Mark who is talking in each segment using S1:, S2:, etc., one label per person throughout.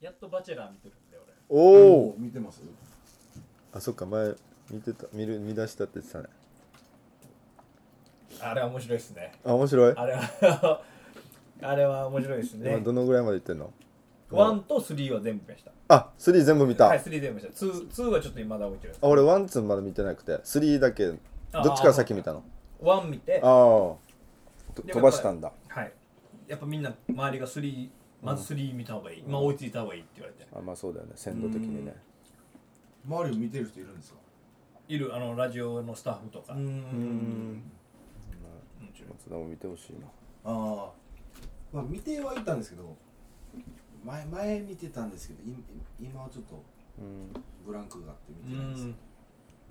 S1: やっとバチェラー見てるんで俺
S2: おお、
S3: 見てます
S2: あそっか前見てた見る見出したって言ってたね
S1: あれは面白いですね
S2: あ面白い、
S1: あれは あれは面白いです
S2: 今
S1: ね
S2: どのぐらいまでいってんの
S1: 1と3は全部見ました
S2: あ3全部見た、
S1: はい3全部見ました 2, 2はちょっと今だ置いてる
S2: あ俺ワンツーまだ見てなくて3だけどっちから先見たの
S1: 1見て
S2: ああと飛ばしたんだ
S1: はいやっぱみんな周りが3まず3見た方がいい、まあ追いついた方がいいって言われて
S2: あまあそうだよね鮮度的にね
S3: 周りを見てる人いるんですか
S1: いるあのラジオのスタッフとか
S3: う
S1: も
S3: ん
S1: ちろん
S2: 松田も見てほしいな
S3: ああまあ見てはいたんですけど前前見てたんですけど今今はちょっと
S2: うん
S3: ブランクがあって見
S1: う
S3: てないです
S1: ん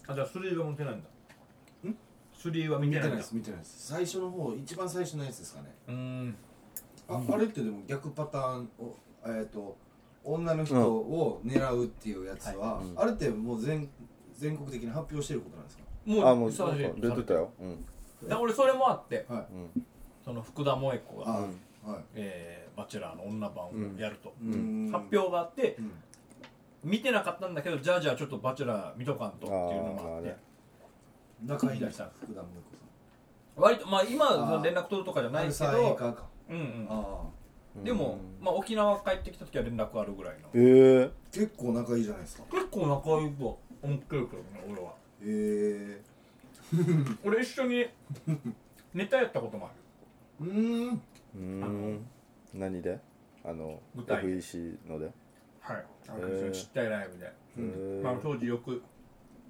S1: あじゃあ3は見てないんだ
S3: ん
S1: 3は見
S3: 見
S1: て
S3: て
S1: ないだ
S3: なんいです見てないです最初の方一番最初のやつですかね
S1: うん
S3: ああれってでも逆パターンをえっ、と女の人を狙うっていうやつは、
S2: うん
S3: あれってもう全全国的に発表してることなんですか
S1: もう
S2: あもう
S1: さ
S2: そうそう出てたようん
S1: だから俺それもあって
S3: はい
S2: うん
S1: その福田萌子が、
S3: あ、はい
S1: えーバチェラーの女版をやると、
S2: ん
S3: うん
S1: 発表があって
S3: うん
S1: 見てなかったんだけどじゃあじゃあちょっとバチェラー見とかんとっていうのもあっ
S2: あーあ
S1: て
S2: れ
S3: 中井さん福田萌子さん
S1: 割とまあ今
S3: あー
S1: 連絡取るとかじゃないけ
S3: アルサー映
S1: ど
S3: 画か
S1: うんうん
S3: ああ
S1: でも、まあ、沖縄帰ってきた時は連絡あるぐらいの
S2: ええ
S3: 結構仲いいじゃないですか
S1: 結構仲良くは思ってるけどね俺は
S3: へえ
S1: 俺一緒にネタやったこともあ
S3: うーん
S2: うーん何であの
S1: 舞台
S2: FEC ので
S1: るはいあ
S2: へー
S1: のちっちゃいライブで、
S2: うーん
S1: まあ、当時よく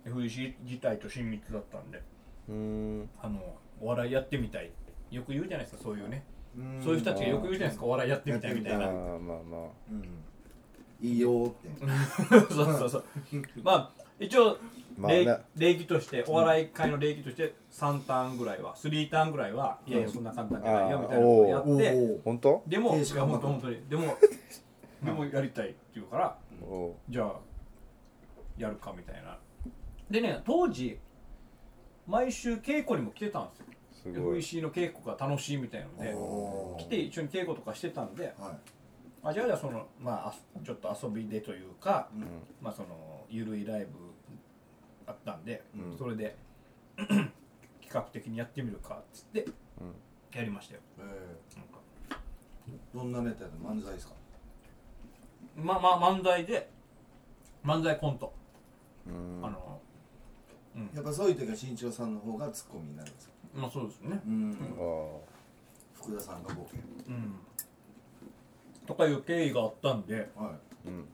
S1: FEC 自体と親密だったんで
S2: うーん
S1: あのお笑いやってみたいよく言うじゃないですかそういうね、
S3: うん
S1: そういう人たちがよく言うじゃないですかお笑いやってみたいみた
S2: あ
S1: いな
S2: あまあまあ
S3: うんいいよーって
S1: そうそうそうまあ一応、
S2: まあね
S1: 礼礼儀としてお笑い界の礼儀として3ターンぐらいは3ターンぐらいはいやいやそんな簡単じゃないよみたいなことをやっ
S3: お
S1: て
S3: ー
S2: 本当
S1: でもい
S3: 停
S1: や
S3: 止が
S1: 本当本当にでもでもやりたいって言うから
S2: おう
S1: じゃあやるかみたいなでね当時毎週稽古にも来てたんですよ
S2: すごい
S1: FEC の稽古が楽しいみたいので
S3: おー
S1: 来て一緒に稽古とかしてたんで
S3: は
S1: あじゃあじゃあそのまああすちょっと遊びでというか、
S3: うん
S1: まあそのゆるいライブあったんで、
S2: うん
S1: それで 企画的にやってみるかっつって
S2: うん
S1: やりましたよ
S3: いえ
S1: なんか
S3: ーどんなネタやったの漫才ですか
S1: まあまあ漫才で漫才コント、
S2: うん
S1: あの
S3: やっぱそういう時は新潮さんの方がツッコミになるんですよ
S1: まあそうですね
S3: うん
S2: あ
S3: 福田さんがボケ
S1: うんとかいう経緯があったんで、
S3: はい
S2: あうん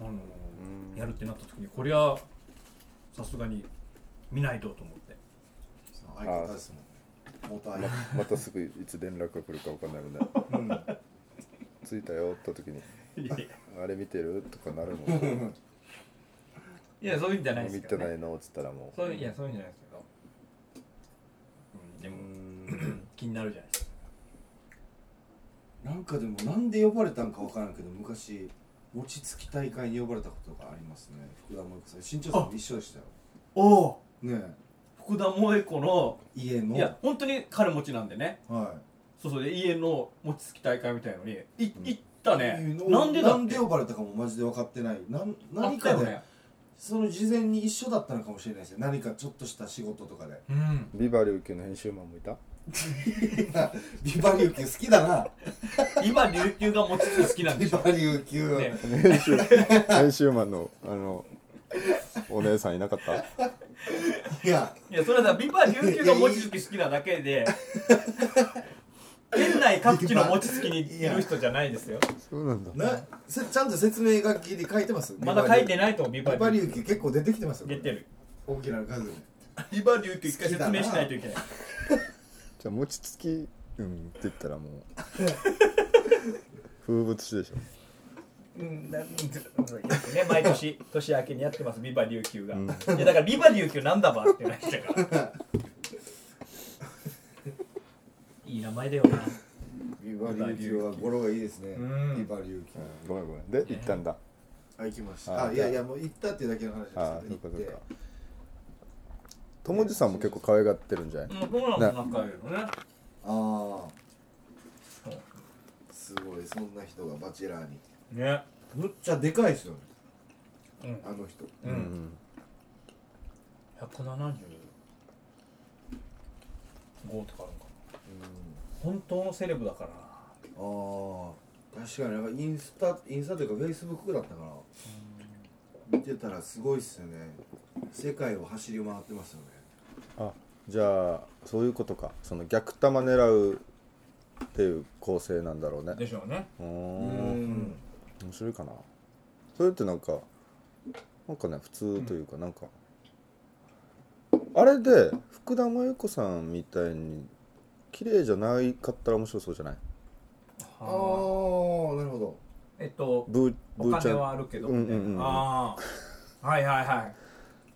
S1: あの
S2: うん
S1: やるってなった時にこりゃさすがに見ないとと思って
S3: 相方ですもんね元相
S2: またすぐいつ連絡が来るか分かんないもんね
S3: 方うん
S2: 着いたよって時に
S1: いやいや
S2: 「あれ見てる?」とかなるもん
S1: いやそういうんじゃないです
S2: 見
S1: け
S2: て
S1: ど、ね、
S2: ないのっつったらもう
S1: そういいやそういうんじゃないですけど、うん、でも気になるじゃないですか
S3: なんかでもなんで呼ばれたんかわからんけど昔餅つき大会に呼ばれたことがありますね福田萌子さん新潮さんも一緒でしたよ
S1: おお
S3: ねえ
S1: 福田萌子の
S3: 家の
S1: いや本当に彼持ちなんでね
S3: は
S1: そうそうで家の餅つき大会みたいのにい行った
S3: い
S1: ね、
S3: いうの
S1: な
S3: を
S1: んでだ
S3: なん
S1: っ
S3: で
S1: て
S3: 呼ばれたかもマジで分かってないなん
S1: あ
S3: 何
S1: った
S3: か
S1: よ
S3: で、
S1: ね
S3: その事前に一緒だったのかもしれないですよ何かちょっとした仕事とかで
S1: うん
S2: ビバリュー級の編集マンもいた
S3: ビバリュー級好きだな
S1: 今琉球が餅つき好きなん
S3: ビ
S1: でしょ
S3: バリュー級、
S1: ね
S2: 編集編集マンのあのお姉さんいなかった
S3: いや
S1: いやそれはさビバ琉球が餅つき好きなだけ で県内各地の餅つきにいる人じゃないですよ
S2: そうなんだ
S3: なせちゃんと説明書きで書いてます
S1: まだ書いて
S3: ない
S1: ないと思うビ
S3: ビ
S1: バ
S3: バリ
S1: 琉球
S3: ュー級結構出てきてますよこ
S1: 出
S3: れ
S1: てる
S3: 大きな数で
S1: ビバ琉球一回説明しないといけない
S2: じゃあ餅つきうんって言ったらもう風物詩でしょ
S1: うん、なんね、毎 年年明けにやってますビバ琉球が、いやだからビバ琉球なんだばってなっちゃうからいい名前だよな
S3: ビバリュー級は語呂がいいですね
S1: うん
S3: ビバリュー級
S2: うんごめんごめんで行ったんだ
S3: あ行きまし
S2: あ
S3: たあいやいやもう行ったっていうだけの話ですけど
S2: ああそうかそう
S3: 行
S2: か
S3: っ
S2: 友次さんも結構可愛がってるんじゃない
S1: うんそうなん仲いいのね
S3: ああすごいそんな人がバチェラーに
S1: ね
S3: むっちゃでかいですよね
S1: うん
S3: あの人
S1: う
S2: うんん
S1: 175とかあるのかな本当のセレブだからな
S3: ああ確かになんかインスタインスタというかフェイスブックだったから見てたらすごいっすよね世界を走り回ってますよね
S2: あじゃあそういうことかその逆玉狙うっていう構成なんだろうね
S1: でしょうね
S2: うー
S3: うんん
S2: 面白いかなそれってなんかなんかね普通というかなんか、あれで福田真由子さんみたいに綺麗じゃないかったら面白そうじゃない
S3: ああな
S1: はあ
S3: るほど
S1: えっと
S2: ブー
S1: お
S2: ブーち
S1: 金
S2: ゃん
S1: は
S2: あ
S1: あるけど
S2: うんうんうん
S1: ああはいはいはい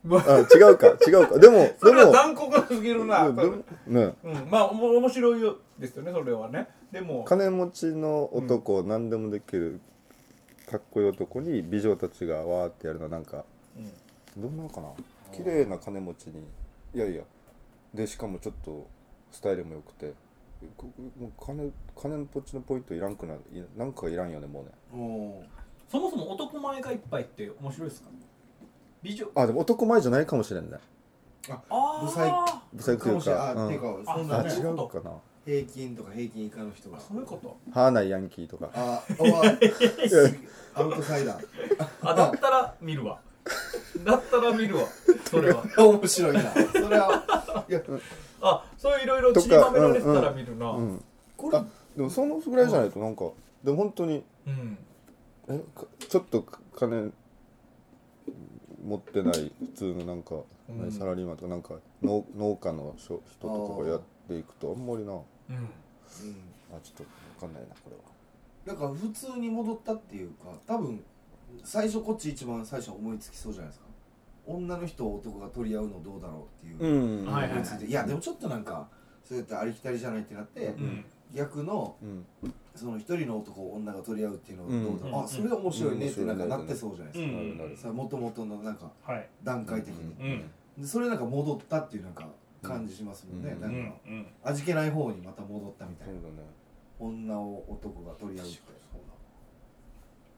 S1: ぶ
S2: 違うか違うかでも
S1: それ
S2: で
S1: は
S2: も
S1: 残酷すぎるな
S2: うんでもね
S1: うんまあおも面白いよですよねそれはねでも
S2: 金持ちの男、何でもできるかっこいい男に美女たちがわーってやるのはなんか
S1: うん
S2: どんなのかな綺麗な金持ちにいやいやでしかもちょっとスタイルも良くてこもう金金のポチのポイントいらんくないなんかいらんよねもうね
S3: おー
S1: そもそも男前がいっぱいって面白いですか美女
S2: あでも男前じゃないかもしれんね
S1: あ
S3: ブサイ
S1: あ
S2: ブサイクというか
S3: あ、
S2: うん
S3: ていうかそん
S2: あ
S3: な
S1: あ
S2: 違
S3: ね
S2: うかな
S3: 平均とか平均以下の人が
S1: そういうこと
S2: ハーナイヤンキーとか
S3: ああ わアウトサイダー
S1: あだったら見るわ だったら見るわそれは
S3: 面白いなそれはいや
S1: あそういういろいろちりばめられてたら見るな
S2: う
S1: うん
S2: ん
S3: これ
S2: あでもそのぐらいじゃないとなんかでも本当にえかちょっと金持ってない普通のなんか、
S1: うん
S2: 何サラリーマンとかなんか農農家のしょ人とかがやっていくとあんまりな
S1: うん
S3: うん
S2: あちょっと分かんないなこれは
S3: なんか普通に戻ったっていうか多分最初こっち一番最初思いつきそうじゃないですか女の人を男が取り合うのどうだろうっていう、
S2: ん
S1: はいはい
S3: 思いついていやでもちょっとなんかそうやってありきたりじゃないってなって、
S1: うん
S3: 逆の
S2: うん
S3: その一人の男を女が取り合うっていうのをどうだろう、
S1: うん
S3: あそれ面白いねって
S2: うん
S3: なんかなってそうじゃないで
S1: う
S3: すか、
S1: ん
S2: なるなる
S3: さあもともとのなんか
S1: はい
S3: 段階的に、
S1: うん
S3: でそれなんか戻ったっていうなんか感じしますもんね、
S2: うん
S3: な
S1: うん
S3: か、
S1: んうん
S3: 味気ない方にまた戻ったみた
S2: そ
S3: いう
S2: だ
S3: な
S2: ね
S3: 女を男が取り合うって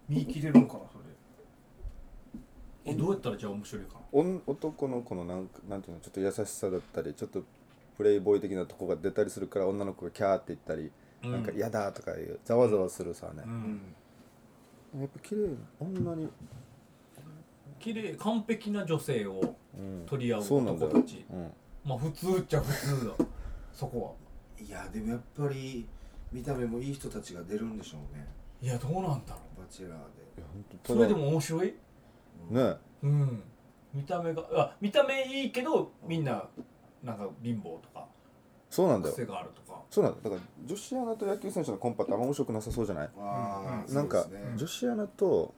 S1: 見切れるのかなそれえどうやったらじゃあ面白いかな
S2: おん男の子のなんかなんていうのちょっと優しさだったりちょっとプレイボーイ的なとこが出たりするから女の子がキャーって言ったり、
S1: うん
S2: なんか嫌だとかいうざわざわするさね
S1: う、
S3: うんん
S2: やっぱ綺麗な女に、
S1: 綺麗完璧な女性を
S2: うん、
S1: 取り合う
S2: そうなんだ
S1: 男
S2: よ、
S1: たち
S2: うん
S1: まあ普通っちゃ普通だそこはい
S3: やでもやっぱり見た目もいい人たちが出るんでしょうね
S1: いやどうなんだろ
S3: バチェラーで
S2: いやほんと
S1: うそ
S2: ただ
S1: れでも面白い
S2: ね
S1: うん見た目があ見た目いいけどみんななんか貧乏とか
S2: そうなんだよ
S1: 癖があるとか
S2: そうなんだだから女子アナと野球選手のコンパってあんま面白くなさそうじゃない、
S3: わあ
S1: うん
S3: そう
S2: なんか、
S3: ですね
S2: 女子アナと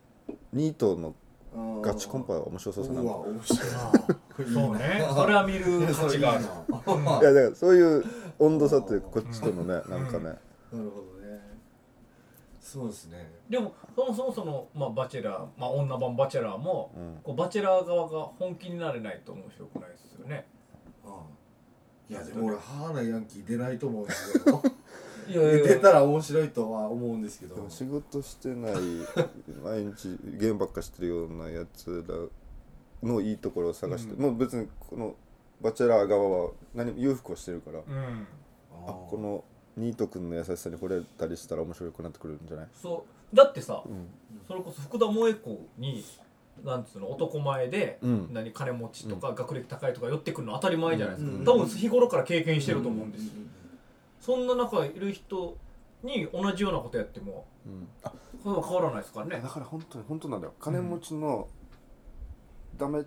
S2: ニートの
S3: うん
S2: ガチコンパは面白そうさなん
S3: うわ
S2: か
S3: 面白い
S1: ああそうね それは見る価値がある
S3: な
S2: いうやだからそういう温度差というかこっちとのね、
S1: ん
S2: なんかね、
S3: るほどねそうですね
S1: んでもそもそもその、まあ、バチェラー、まあ、女版バチェラーも
S2: うん
S1: こうバチェラー側が本気になれないと面白くないですよね
S3: いやでも俺ハーナヤンキー出ないと思うんですけ ど
S1: いや
S3: 出たら面白いとは思うんですけど
S2: でも仕事してない毎日ゲームばっかしてるようなやつらのいいところを探して、
S1: うん
S2: もう別にこのバチェラー側は何も裕福をしてるから、
S1: うん
S2: あ
S3: あ
S2: このニート君の優しさに惚れたりしたら面白くなってくるんじゃない、
S1: そうだってさ
S2: うん
S1: それこそ福田萌子になんつうの男前で、
S2: うん
S1: 何金持ちとか学歴高いとか寄ってくるの当たり前じゃないですか、
S3: うん
S1: 多分日頃から経験してると思うんですよ、
S3: うん
S1: そんな中いる人に同じようなことやっても
S2: うん、あ
S1: それは変わらないですから
S2: だ
S1: ね
S2: から本当に本当なんだよ金持ちのダメ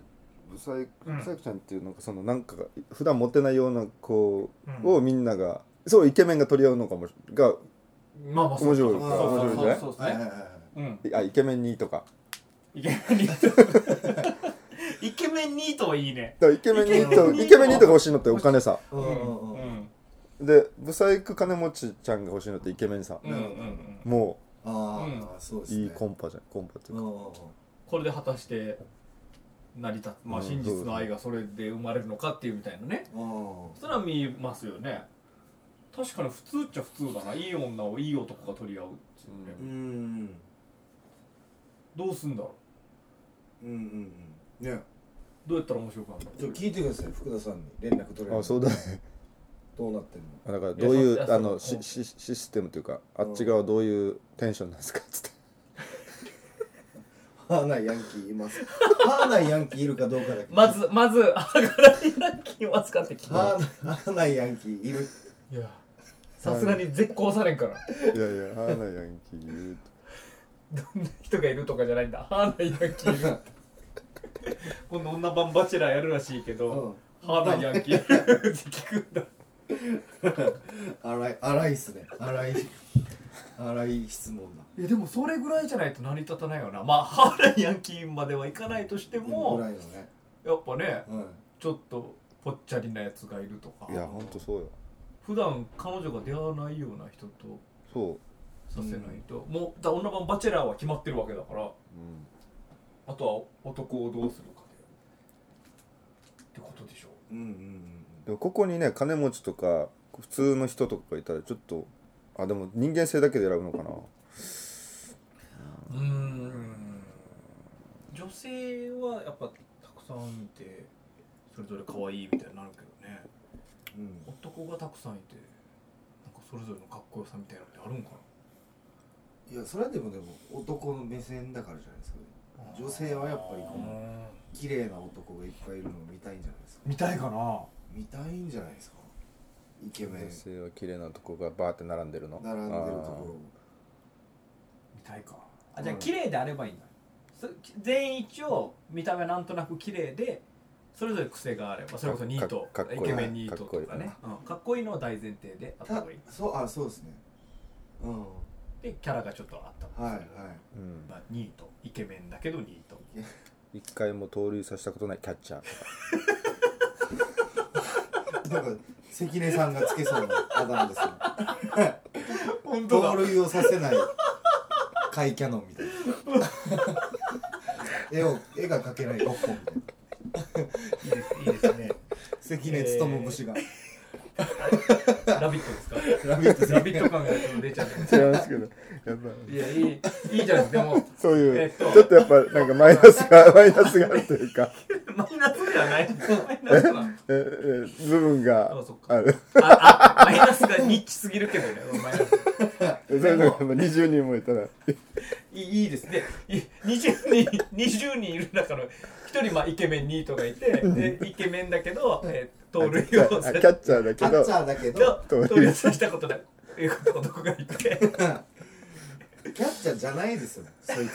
S2: ブサイ
S1: うん
S2: ブサイクちゃんっていうなんかそのなんかが普段モテないような子
S1: う
S2: をみんなが、そうイケメンが取り合うのかもしが
S1: まあまあそう
S2: 面白い
S3: あー
S1: そうそう
S2: 面白いね
S1: そうそうそう
S3: はい
S1: で
S3: は
S1: すね
S3: いはいはい
S1: うん
S2: あイケメンにとか
S1: イケメンニート イケメンニートはいいね
S2: だからイケメンにとイ
S1: イ
S2: ケ
S1: ケメ
S2: メ
S1: ン
S2: ン
S1: に
S2: にと
S1: と
S2: か欲しいのってお金さ
S3: うんうんうん
S2: でブサイク金持ちちゃんが欲しいのってイケメンさ、
S1: うんうんうん
S2: も
S3: あ
S1: う
S3: あそうで
S2: う
S3: すね
S2: いいコンパじゃんコンパっていう
S3: う
S2: か、
S3: んうんうん
S1: これで果たして成り立つ、まあ、
S2: うん
S1: 真実の愛がそれで生まれるのかっていうみたいなね
S3: あ
S1: それは見ますよね確かに普通っちゃ普通だないい女をいい男が取り合うっていうね
S3: ーうん
S1: どうすんだろ
S3: うんうんうんね
S1: うどうやったら面白くなるんだ
S3: ちょっと聞いてください福田さんに連絡取れる
S2: あそうだね
S3: どうなってるの
S2: あだからどうい
S1: いや
S2: う
S1: そう
S2: あの
S1: そ
S2: し
S1: う
S2: しシステムというかあっち側はどういうテンションなんですかっつって
S3: ハーナイヤンキーいます。ハーナイヤンキーいるかどうかだけ。
S1: まずまずあからランキンは使って聞
S3: ハーナハーナイヤンキーいる。
S1: いやさすがに絶好されんから
S2: い やいやハーナヤンキー言う
S1: どんな人がいるとかじゃないんだハーナイヤンキーが今度女版バチェラーやるらしいけど、ハーナイヤンキーって聞くんだ
S3: 荒い荒いっすね。荒い荒い質問だ。
S1: いやでもそれぐらいじゃないと成り立たないよなまあハーナイヤンキーまではいかないとして
S3: ぐら
S1: も
S3: いのね。
S1: やっぱね
S3: うん。
S1: ちょっとぽっちゃりなやつがいるとか
S2: といやほんとそうよ
S1: 普段彼女が出会わないような人と
S2: そう、
S1: させないと、もうだ女版バチェラーは決まってるわけだから
S2: うん、
S1: あとは男をどうするかでってことでしょ
S3: うんうんうん
S2: でもここにね金持ちとか普通の人とかがいたらちょっとあでも人間性だけで選ぶのかな
S1: うーん女性はやっぱたくさんいてそれぞれ可愛いみたいになるけどね
S3: うんうん。
S1: 男がたくさんいてなんかそれぞれのかっこよさみたいなのってあるんか
S3: いやそれはでもでも男の目線だからじゃないですか。
S1: な
S3: 女性はやっぱりこう
S1: うん
S3: 綺麗な男がいっぱいいるのを見たいんじゃないですか。
S1: 見たいかな
S3: 見たいんじゃないですか。イケメン
S2: 女性は綺麗なとこがバーって並んでるの
S3: 並んでるところ。
S1: 見たいか
S3: う
S1: あ
S3: ん
S1: じゃあ綺麗であればいいんだそ全員一応見た目なんとなく綺麗でそれぞれ癖があればそれこそニート
S2: かかっこいい
S1: イケメンニートと
S2: か
S1: か
S2: っこいい
S1: ねうんかっこいいのは大前提であった
S3: た
S1: 方がいい
S3: そうあそうですね。うん。
S1: でキャラがちょっとあった方が
S3: はい
S1: い
S3: はい。
S2: うん
S1: まあ、ニートイケメンだけどニート
S2: 一回も盗塁させたことないキャッチャー
S3: なんか関根さんがつけそうなあだ名です ね。
S1: 本
S3: 盗塁をさせない甲斐キャノンみたいな絵を絵が描けないゴッホみたいな
S1: い
S3: い
S1: ですいいですね
S3: 関根勤節が、
S1: 「ラビット!」ですか「
S3: ラビット!」
S1: ラビット!」感がちょっと出ちゃって
S2: 違いますけど やっぱ
S1: いやいいいいじゃないですかでも
S2: そういう、
S1: えっと
S2: ちょっとやっぱなんかマイナスがマイナスがあるというか
S1: マイナスじゃないマイナスは
S2: ええ部分が
S1: あそっか
S2: ある
S1: ああマイナスがニッチすぎるけどねマイナス
S2: それとか20人もいたら
S1: いいいいですねい20人 ,20 人いる中の1人まあイケメンニートがいてでイケメンだけど、えー、盗塁を
S2: あ
S1: さ
S2: キ
S1: れ
S2: ャッチャーだ
S3: キャ
S2: け
S3: ッ
S2: ど
S3: チャーだけど
S1: の盗塁をさせたことないいう男がいて
S3: キャッチャーじゃないですよそい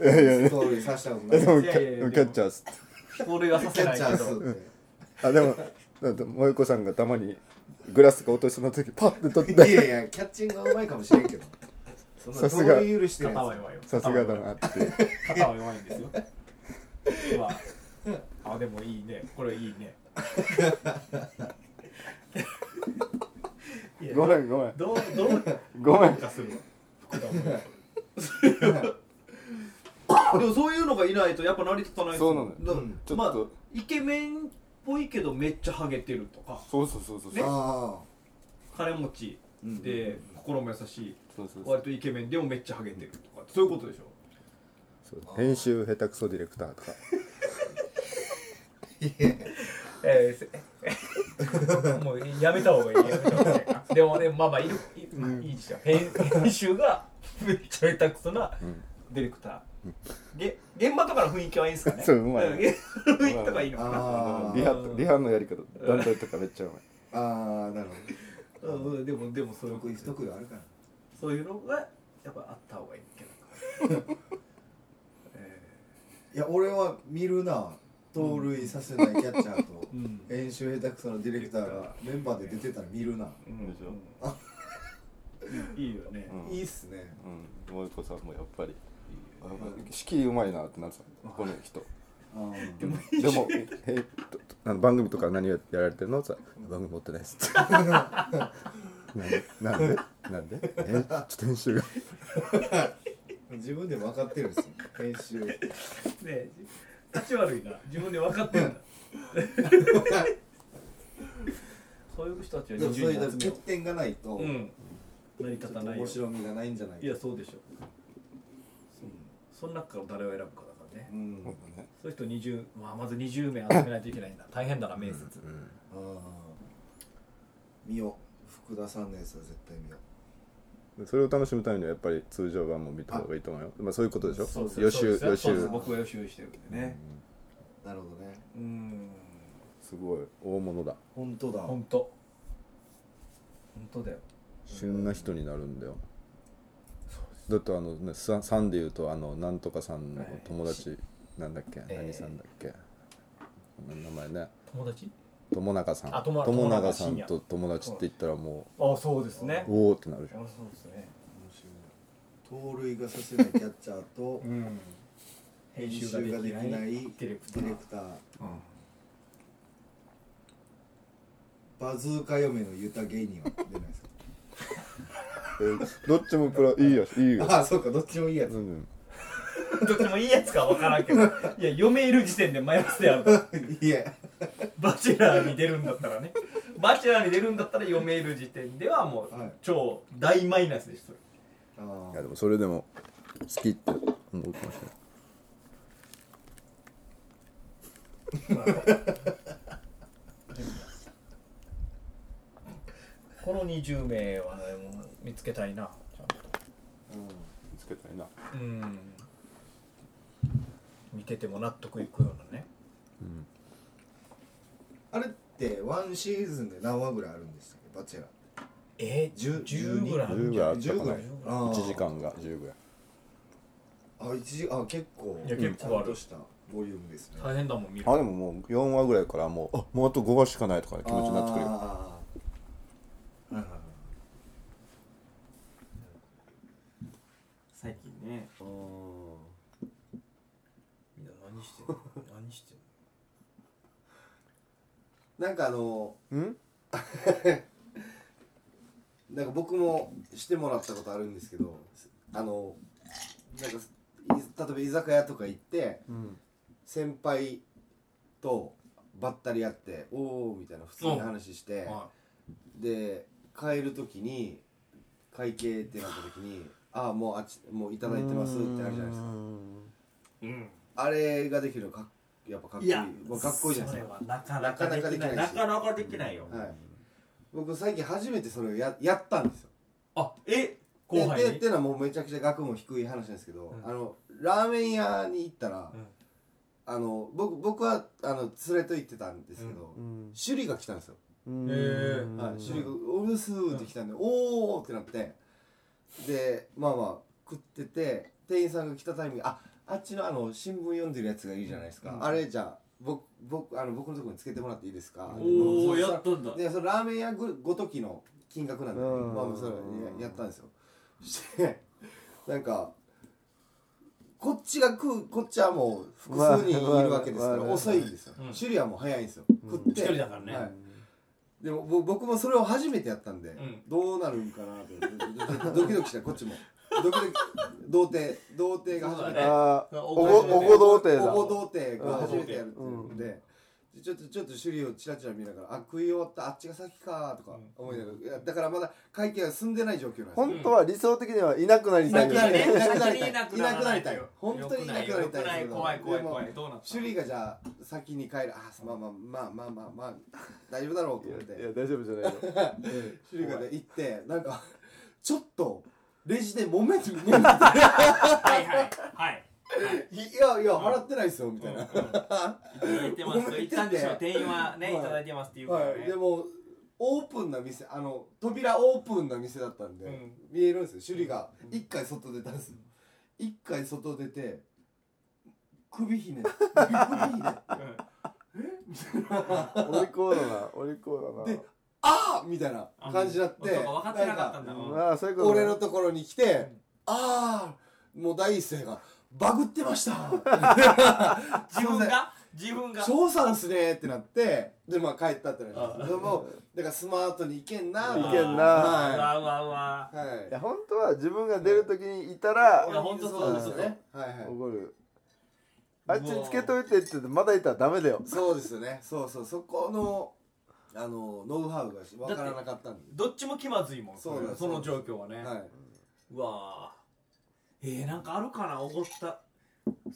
S3: つ
S2: いやいやい
S3: は
S2: や
S3: 盗塁させたこと
S2: で
S3: ない
S2: も
S1: い
S2: キ
S1: やいやいや
S2: ャキャッチャーっす
S1: 盗塁はさ
S3: キ
S1: せ
S3: ャ
S1: な
S3: ッ
S1: い
S3: チャ
S1: け
S3: ーす
S1: ど
S3: って
S2: あでもだって萌子さんがたまにグラスとか落としそうな時パッて取っ
S3: いや
S2: て
S3: いやキャッチングはうまいかもしれんけどそんな
S2: さ
S3: 盗
S2: すが
S3: 塁許してない
S1: 肩は
S3: や
S1: 弱いよ
S2: さすがだなっていう
S1: 肩は弱いんですよまああでもいいねこれいいねいや
S2: ごめんごめん
S1: どうどう
S2: ごめん
S1: 化するわ福田も でもそういうのがいないとやっぱ成り立たないですもん
S2: そうなのよ
S1: だ
S3: うん
S2: ちょっと
S1: まあイケメンっぽいけどめっちゃハゲてるとか
S2: そうそうそうそう
S1: ね
S3: あ
S1: 金持ち
S3: うん
S1: で心も優しい
S2: そうそうそう
S1: 割とイケメンでもめっちゃハゲてるとかそういうことでしょ
S2: そう編集下手くそディレクターとか
S1: えーせもうやめた方がいいやめた方がいいなでもねまあまあいるい,、いいですよ編編集がめっちゃ下手くそなディレクター、げ現場とかの雰囲気はいいんですかね
S2: そううまい
S1: ん現場の雰囲気とかいいのかな
S3: あ
S2: リ
S3: ー
S2: ハリハのやり方段取りとかめっちゃうまい
S3: あーなる
S1: う
S3: ほ
S1: ん
S3: ど
S1: うんでもでもそういう
S3: 得意不得意あるから
S1: そういうのがやっぱあった方がいいけど、え
S3: いや俺は見るな盗塁させないキャッチャーと
S1: ーうん
S3: 演習下手くそのディレクターがメンバーで出てたら見るな、
S1: うん
S2: でしょ
S1: うんいいよね、
S2: うん
S3: いいっすね
S2: うん萌子さんもやっぱりあ仕切りうまいなってなってたこの人
S3: あー
S2: でもでもえ えっとあの番組とか何やられてるのさ番組持ってないですって なんでなんでえちょっと編集が
S3: 自分で分かってるんですよ編集
S1: ねえ口悪いな自分で分かってるんだそういう人たちは
S3: でもそうい
S1: 20人
S3: うだから
S1: 集め
S3: 欠
S1: よ
S3: 点がないと、
S1: う、うん、成り立
S3: ちょったと
S1: ない
S3: 面
S1: よ
S3: 白みがないんじゃない
S1: い
S3: か
S1: やそうでしょその中から誰を選ぶかだからね
S3: うん
S4: ほんとね
S1: そういう人20、まあ、まず20名集めないといけないんだ大変だな面接、
S2: うん
S3: あー見よう福田さんのやつは絶対見よ
S2: でそれを楽しむためにはやっぱり通常版も見た方がいいと思うよまあそういうことでしょ
S3: そうです
S2: 予習
S1: そう
S2: 予
S1: ですそうです
S2: 習
S1: 僕は予習してるんでね
S3: うなるほどね
S1: うん
S2: すごい大物だ
S3: 本当だ
S1: 本当本当だよ
S2: 旬な人になるんだよだってあのねささんで言うとあのなんとかさんの友達、なんだっけ、
S1: えー
S2: 何さんだっけ名前ね
S1: 友達
S2: 友永さん
S1: あ友
S2: 友永さ
S1: 友
S2: ん
S1: 永
S2: と友達って言ったらも
S1: あそうですね
S2: うおおってなるじ
S1: あ
S2: ゃん
S1: そうですね
S3: 面白い盗塁がさせないキャッチャー と
S4: うん
S1: 編集ができない
S3: 編集ができ
S1: ディレクター
S3: ディレクターバズーカ嫁のユタ芸人は出ないですか
S2: えーどっちもプラいいやしいいよ
S3: ああそうかどっちもいいやつ
S2: うん
S1: どっちもいいやつかわからんけ どいや読める時点で迷ってやるから
S3: いや
S1: バチェラーに出るんだったらねバチェラーに出るんだったら読める時点ではもう
S3: はい
S1: 超大マイナスですそれ
S3: あ
S2: い
S3: ー
S2: やでもそれでも好きって思うかもしれない
S1: この20名は、ね、もう見つけたいなちゃんと
S3: うん
S2: 見つけたいな
S1: うん見てても納得いくようなね
S2: うん
S3: あれってワンシーズンで何話ぐらいあるんでしたっけバチェラー
S1: え
S3: 10
S1: 10ぐらいあるん
S2: 10
S1: じ
S2: ぐら
S1: ゃ
S2: い
S1: な
S2: あ
S1: い
S2: ったか
S3: 10
S2: な
S3: ぐらいあー
S2: 1時間が10ぐらい
S3: あ一時あ結構
S1: いや結構ある
S3: ちゃんとしたボリュームですね
S1: 大変だもん見る
S2: あでももう4話ぐらいからもうあもうあと5話しかないとかね気持ちになってくるよ
S3: あーはいはいはい
S4: 最近ね
S3: あー
S1: みんな何してんの何してんの
S3: なんかあの
S2: うん
S3: なんか僕もしてもらったことあるんですけどあのなんかい例えば居酒屋とか行って
S2: うん
S3: 先輩とばったり会って「おお」みたいな普通に話して、
S1: は
S3: で帰る時に会計ってなった時に「ああもうあっちもういただいてます」ってあるじゃないですか
S1: いうん
S3: あれができるのかっやっぱかっこいいまあかっこいいじゃない
S1: そ
S3: で
S1: れ
S3: すか
S1: はなかなかできない
S3: な
S1: な
S3: か
S1: かなかできないよ、
S3: はい僕最近初めてそれをややったんですよ
S1: あえ
S3: で
S1: 後輩
S3: でっ
S1: に
S3: ていうのはもうめちゃくちゃ額も低い話なんですけど、
S1: うん
S3: あのラーメン屋に行ったら、
S1: うん
S3: あの僕僕はあの連れと行ってたんですけど、
S2: うん
S3: 趣里が来たんですよ、
S2: うん
S1: へー
S3: はい、趣里が
S2: う
S3: 「おるす」って来たんで「おー!」ってなってでまあまあ食ってて店員さんが来たタイミングああっちのあの新聞読んでるやつがいいじゃないですか、
S1: うん
S3: あれじゃあ僕僕あの僕のところにつけてもらっていいですか
S1: おお
S3: で
S1: やったんだ
S3: でそのラーメン屋ごごときの金額なんで、
S2: うん
S3: まあ、それややったんですよしてなんかこっちが食うこっちはもう複数人いるわけですから
S2: まあまあ
S3: 遅いんですよ
S1: うん
S3: 趣里、はもう早いんですよ、食って
S1: 一人だからね
S3: はいでもぼ僕もそれを初めてやったんで、
S1: ん
S3: どうなるんかなとドキドキしたこっちもドキドキ童貞童貞が初めて
S1: そうだね
S2: あー
S1: お
S2: お
S1: ご
S2: ごおご童貞だ
S3: おご童貞が初めてやるっていうので、ちょっとちょっと首里をチラチラ見ながらあ食い終わったあっちが先かとか思いながら、いやだからまだ会計は進んでない状況なんです
S2: 本当は理想的にはいなくなり
S3: い
S2: た
S3: ないく
S2: よ
S3: なりた
S2: ね
S3: いいなくなりたい
S1: い
S3: い
S1: な
S3: な
S1: く
S3: く
S1: ならない
S3: なりたい本当にいなくなりたい
S1: よくな
S3: け
S1: い
S3: ど
S1: 怖い怖い怖い
S3: でも
S1: どうなった
S3: 首里がじゃあ先に帰るあまあまあまあまあまあ、まあ、大丈夫だろうと
S2: い
S3: 思っ
S2: やい
S3: て
S2: や大丈夫じゃないの
S3: 首里がね行ってなんかちょっとレジで揉めて揉めて
S1: はいはいはい
S3: いやいや払ってないですよみたいな、
S4: いただいてます と言ったんでしょ
S3: はい
S4: 店員はねい
S3: はい
S4: ただいてますって言うか
S3: は
S4: ら
S3: い、
S4: ね
S3: でもオープンな店あの扉オープンな店だったんで、
S1: うん
S3: 見えるんですよ趣里が一回外出たんですよ一回外出て首ひ ねる首ひね
S1: う
S3: る
S1: ん
S2: お利口だなお利口だ
S3: でああみたいな感じになって
S4: そうか分かってなかったんだ
S2: な
S4: うん
S2: まあそういう
S3: なんか
S2: ことね
S3: 俺のところに来て、ああもう第一声がバグってました す
S4: 自
S3: いませ
S4: 分
S3: ん
S4: が自分が
S3: 翔さんっすねーってなってでまあ帰ったってなりますでもだからスマートにいけんなー
S2: いけんな
S3: はいう
S4: わうわうわ
S3: はい
S2: いや本当は自分が出る時にいたら
S4: いや本当そうですよね。
S3: はいはい
S2: お。ごるあっちにつけといてって言ってまだいたらダメだよ
S3: そうですよね。そうそうそこのあのノウハウがしわからなかったんで。
S1: どっちも気まずいもん
S3: そうだ
S1: その状況はね、
S3: はいう
S1: わーえー、なんかあるかなおごった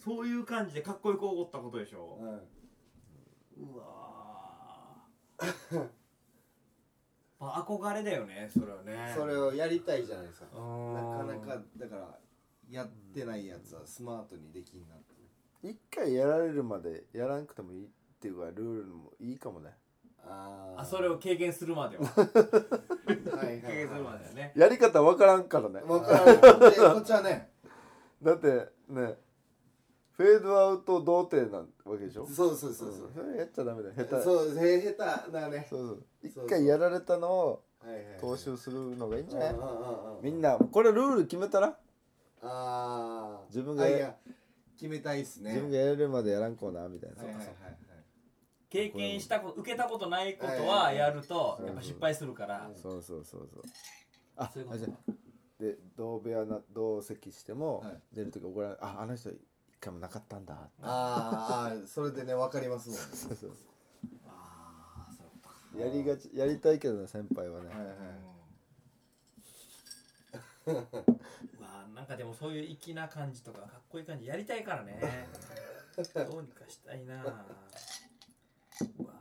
S1: そういう感じでかっこよくおごったことでしょ
S5: は
S1: うわ ーまあ憧れだよねそれはね
S3: それをやりたいじゃないですか
S1: あ
S3: な
S1: ー
S3: かなかだからやってないやつはスマートにできんなって
S2: 一回やられるまでやらなくてもいいっていうかルールもいいかもね
S3: あー
S1: あそれを経験するまでは
S3: はい
S1: 経
S3: はい
S1: 験す
S3: は
S1: る
S3: い
S1: まではね
S2: やり方わからんからね
S3: わからんでこっちはね
S2: だってねフェードアウト童貞なわけでしょ
S3: そうそうそうそ
S2: そううそれやっちゃダメだよ下手そう
S3: そうへ下手だね
S2: そう
S3: そう
S2: 一回やられたのを
S3: はいはい
S2: 踏襲するのがいいんじ
S3: う
S2: ゃ
S3: ん
S2: ない、
S3: うんうんうん
S2: みんなこれルール決めたら
S3: ああ
S2: 自分が
S3: いや決めたいっすね
S2: 自分がやれるまでやらんこうなみたいな、
S3: はいはいはいはい
S1: 経験したこと受けたことないこと
S3: は
S1: はいやると
S2: そう
S1: やっぱ失敗するから
S2: そうそうそうそうあ
S1: そういうこ
S2: あ
S1: と
S2: じゃあで同部屋な同席しても、
S3: はい
S2: 出る時怒られああの人一回もなかったんだ
S3: あーあーそれでね分かりますもんね
S2: そうそうそ
S1: ああそういうことか
S2: うやりがちやりたいけどね先輩はね、
S3: はいはい
S1: うんうわーなんかでもそういう粋な感じとかかっこいい感じやりたいからねどうにかしたいなあうわ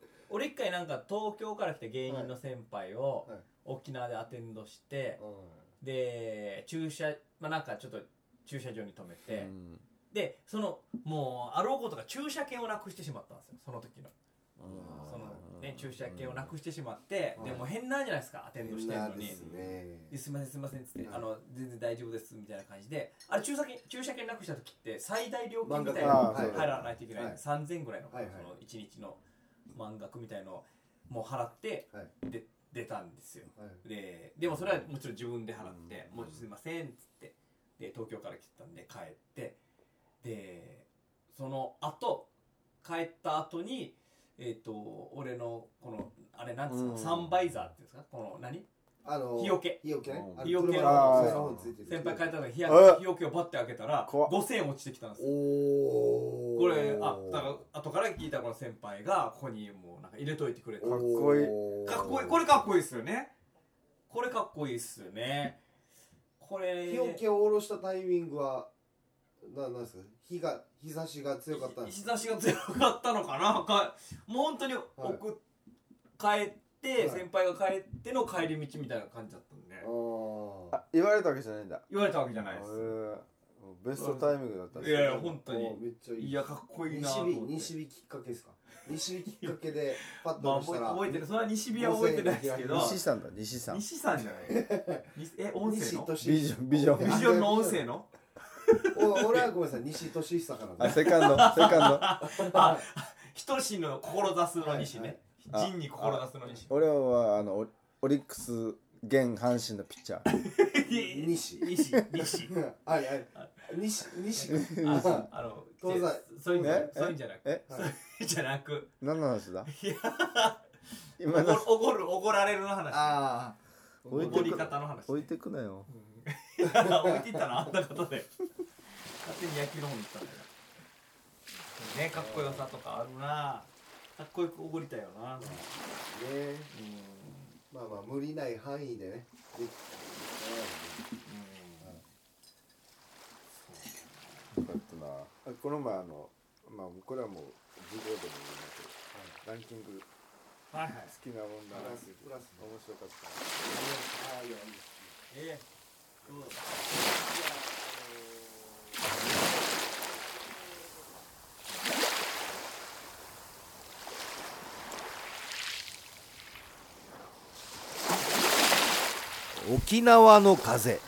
S1: ー俺一回なんか東京から来た芸人の先輩を
S3: はいはい
S1: 沖縄でアテンドして、
S3: う
S1: で駐車まあなんかちょっと駐車場に止めて、
S2: うん
S1: でそのもうあろうことか駐車券をなくしてしまったんですよその時のそのね駐車券をなくしてしまって、でもう変なんじゃないですかアテン
S3: ん
S1: ドしてる
S3: な
S1: の
S3: ん
S1: に
S3: ですね
S1: ですみませんすみませんっつって、あの全然大丈夫ですみたいな感じであれ駐車券駐車券なくした時って最大料金みたいなの
S2: 満額あー
S1: 入らないといけない、
S3: はい
S1: 3000ぐらいの,、
S3: はいはい
S1: その1日の満額みたいのをもう払って、
S3: はい
S1: で出たんですよ、
S3: はい
S1: ででもそれはもちろん自分で払って「もうすいません」っつってで東京から来てたんで帰ってでその後帰った後にえっ、と俺のこのあれなんですか、
S2: うん
S1: サンバイザーっていうんですかこの何
S3: あの
S1: 日よけ
S3: 日よけね
S2: うん
S3: あの
S1: 日よけ
S3: 車の
S2: あー
S3: 上の方についてる
S1: 先輩帰った時日
S2: え
S1: 焼日よけをバッて開けたら
S2: 怖っ
S1: 5000円落ちてきたんですよ
S3: おお
S1: これあだから後から聞いたこの先輩がここにもうなんか入れといてくれて
S2: かっこいい
S1: かっこいいこれかっこいいっすよねこれかっこいいっすよねこれ
S3: 日よけを下ろしたタイミングはななんですか日が日差しが強かったんです
S1: 日差しが強かったのかなかもう本当に送っ帰って、
S3: はい
S1: 先輩が帰っての帰り道みたいな感じだったんで、
S3: あー
S2: あ言われたわけじゃないんだ
S1: 言われたわけじゃ
S2: へ
S1: ないで
S2: え
S1: す
S2: もうベストタイミングだったん
S1: い
S2: です
S1: やい
S2: ね
S1: や本当
S3: あーめ
S1: に
S3: っちゃいい
S1: いやかっこいいなと
S3: 西
S1: 思って
S3: 日西日きっかけですか西日きっかけでパッ
S1: ま
S3: と
S1: あ
S3: 押し
S1: 覚え
S3: たら、
S1: 覚えてるそれは西日は覚えてないですけど
S2: 西さんだ西さん
S1: 西さんじゃない西え音声
S3: 西
S1: の
S3: 俊
S2: ビジョンビジョン
S1: ビジョンの音声の
S3: お俺はごめんなさい西俊久から
S2: あ
S3: ね
S2: セカンドセカンド
S1: あ 人志の志の西
S3: は
S1: ね
S2: はいあ
S1: 仁に志の 西
S2: 俺はあのオリオリックス現阪神のピッチャー
S3: 西
S1: 西西
S3: はいはい西西
S1: ああの
S3: 東西
S1: そそういうんじゃ
S2: え
S1: そういうんじゃなく
S2: え
S1: そういうんじゃなく
S2: 何の話だ
S1: お
S2: 今の
S1: ごおごるおごられるの話
S3: あ
S1: お
S2: 置いて
S1: ご
S2: く
S1: り方の話
S2: 置いてくなよ
S1: いや置いていったらあんなことで勝手に野球の方に行ったんだよねかっこよさとかあるなかっこよくおごりたいよな
S3: あねまあまあ無理ない範囲でねでき
S2: よかったなあこの前あのまあこれはもう授業でも言いますけどランキング
S1: はいはい
S2: 好きなもんだ
S3: たねプ
S2: な
S3: ラ
S2: って
S3: ス
S2: いう
S3: プラスの
S2: 面白かった
S3: ああいやいいです
S1: ええ
S3: 沖縄の風